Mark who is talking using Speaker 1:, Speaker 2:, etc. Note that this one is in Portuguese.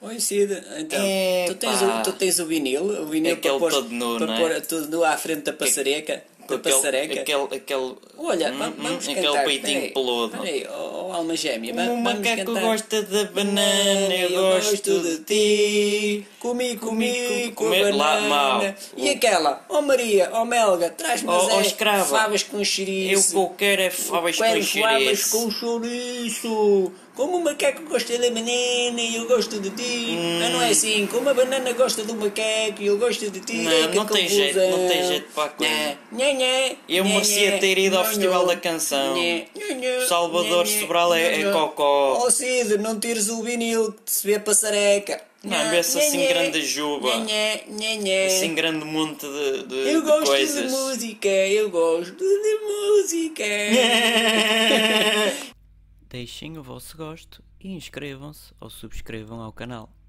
Speaker 1: conhecida. Então,
Speaker 2: É,
Speaker 1: tu, tens
Speaker 2: pá.
Speaker 1: o, tu tens o vinil, o vinil
Speaker 2: Aquele
Speaker 1: para pôr,
Speaker 2: todo nu,
Speaker 1: para
Speaker 2: não é?
Speaker 1: pôr tudo nu à frente da passareca. Da passareca.
Speaker 2: Aquele, aquele, aquele,
Speaker 1: Olha,
Speaker 2: Hum,
Speaker 1: va-
Speaker 2: hum,
Speaker 1: vamos
Speaker 2: aquele
Speaker 1: cantar.
Speaker 2: peitinho
Speaker 1: peraí,
Speaker 2: peludo.
Speaker 1: Peraí, oh, oh, alma gêmea, va-
Speaker 2: O
Speaker 1: vamos
Speaker 2: macaco
Speaker 1: cantar.
Speaker 2: gosta
Speaker 1: um
Speaker 2: da banana, eu gosto de ti.
Speaker 1: Comi,
Speaker 2: Comi,
Speaker 1: comi, com
Speaker 2: comi-
Speaker 1: a
Speaker 2: lá,
Speaker 1: banana.
Speaker 2: mau.
Speaker 1: E aquela, oh Maria, oh Melga, traz-me
Speaker 2: Oh, oh,
Speaker 1: as
Speaker 2: escrava.
Speaker 1: favas com um
Speaker 2: Eu
Speaker 1: chouriço.
Speaker 2: que quero é favas com
Speaker 1: Quero favas
Speaker 2: xerez.
Speaker 1: com chouriço. Como o macaco gosta da banana e eu gosto de ti. Ah, não é assim, como a banana gosta do macaco e eu gosto de ti.
Speaker 2: Hum. Não,
Speaker 1: Ei, que
Speaker 2: não tem
Speaker 1: confusão.
Speaker 2: jeito, não tem jeito para a coisa.
Speaker 1: Nhé, nhé,
Speaker 2: Eu
Speaker 1: nhé,
Speaker 2: merecia
Speaker 1: nhé,
Speaker 2: ter ido ao
Speaker 1: nhé,
Speaker 2: Festival
Speaker 1: nhé,
Speaker 2: da Canção.
Speaker 1: nhé, nhé, nhé,
Speaker 2: Salvador
Speaker 1: nhé, nhé,
Speaker 2: Sobral é-
Speaker 1: nhé,
Speaker 2: é
Speaker 1: nhé.
Speaker 2: cocó.
Speaker 1: Oh Cid, não tires o vinil que se vê passareca.
Speaker 2: Não,
Speaker 1: Nhé,
Speaker 2: vê-se
Speaker 1: nhé,
Speaker 2: assim
Speaker 1: nhé.
Speaker 2: grande juba.
Speaker 1: Nhé, nhé, nhé, nhé.
Speaker 2: Assim, grande monte de, de,
Speaker 1: Eu
Speaker 2: de
Speaker 1: gosto
Speaker 2: coisas.
Speaker 1: de música, eu gosto de música.
Speaker 2: Deixem o vosso gosto e inscrevam-se ou subscrevam ao canal.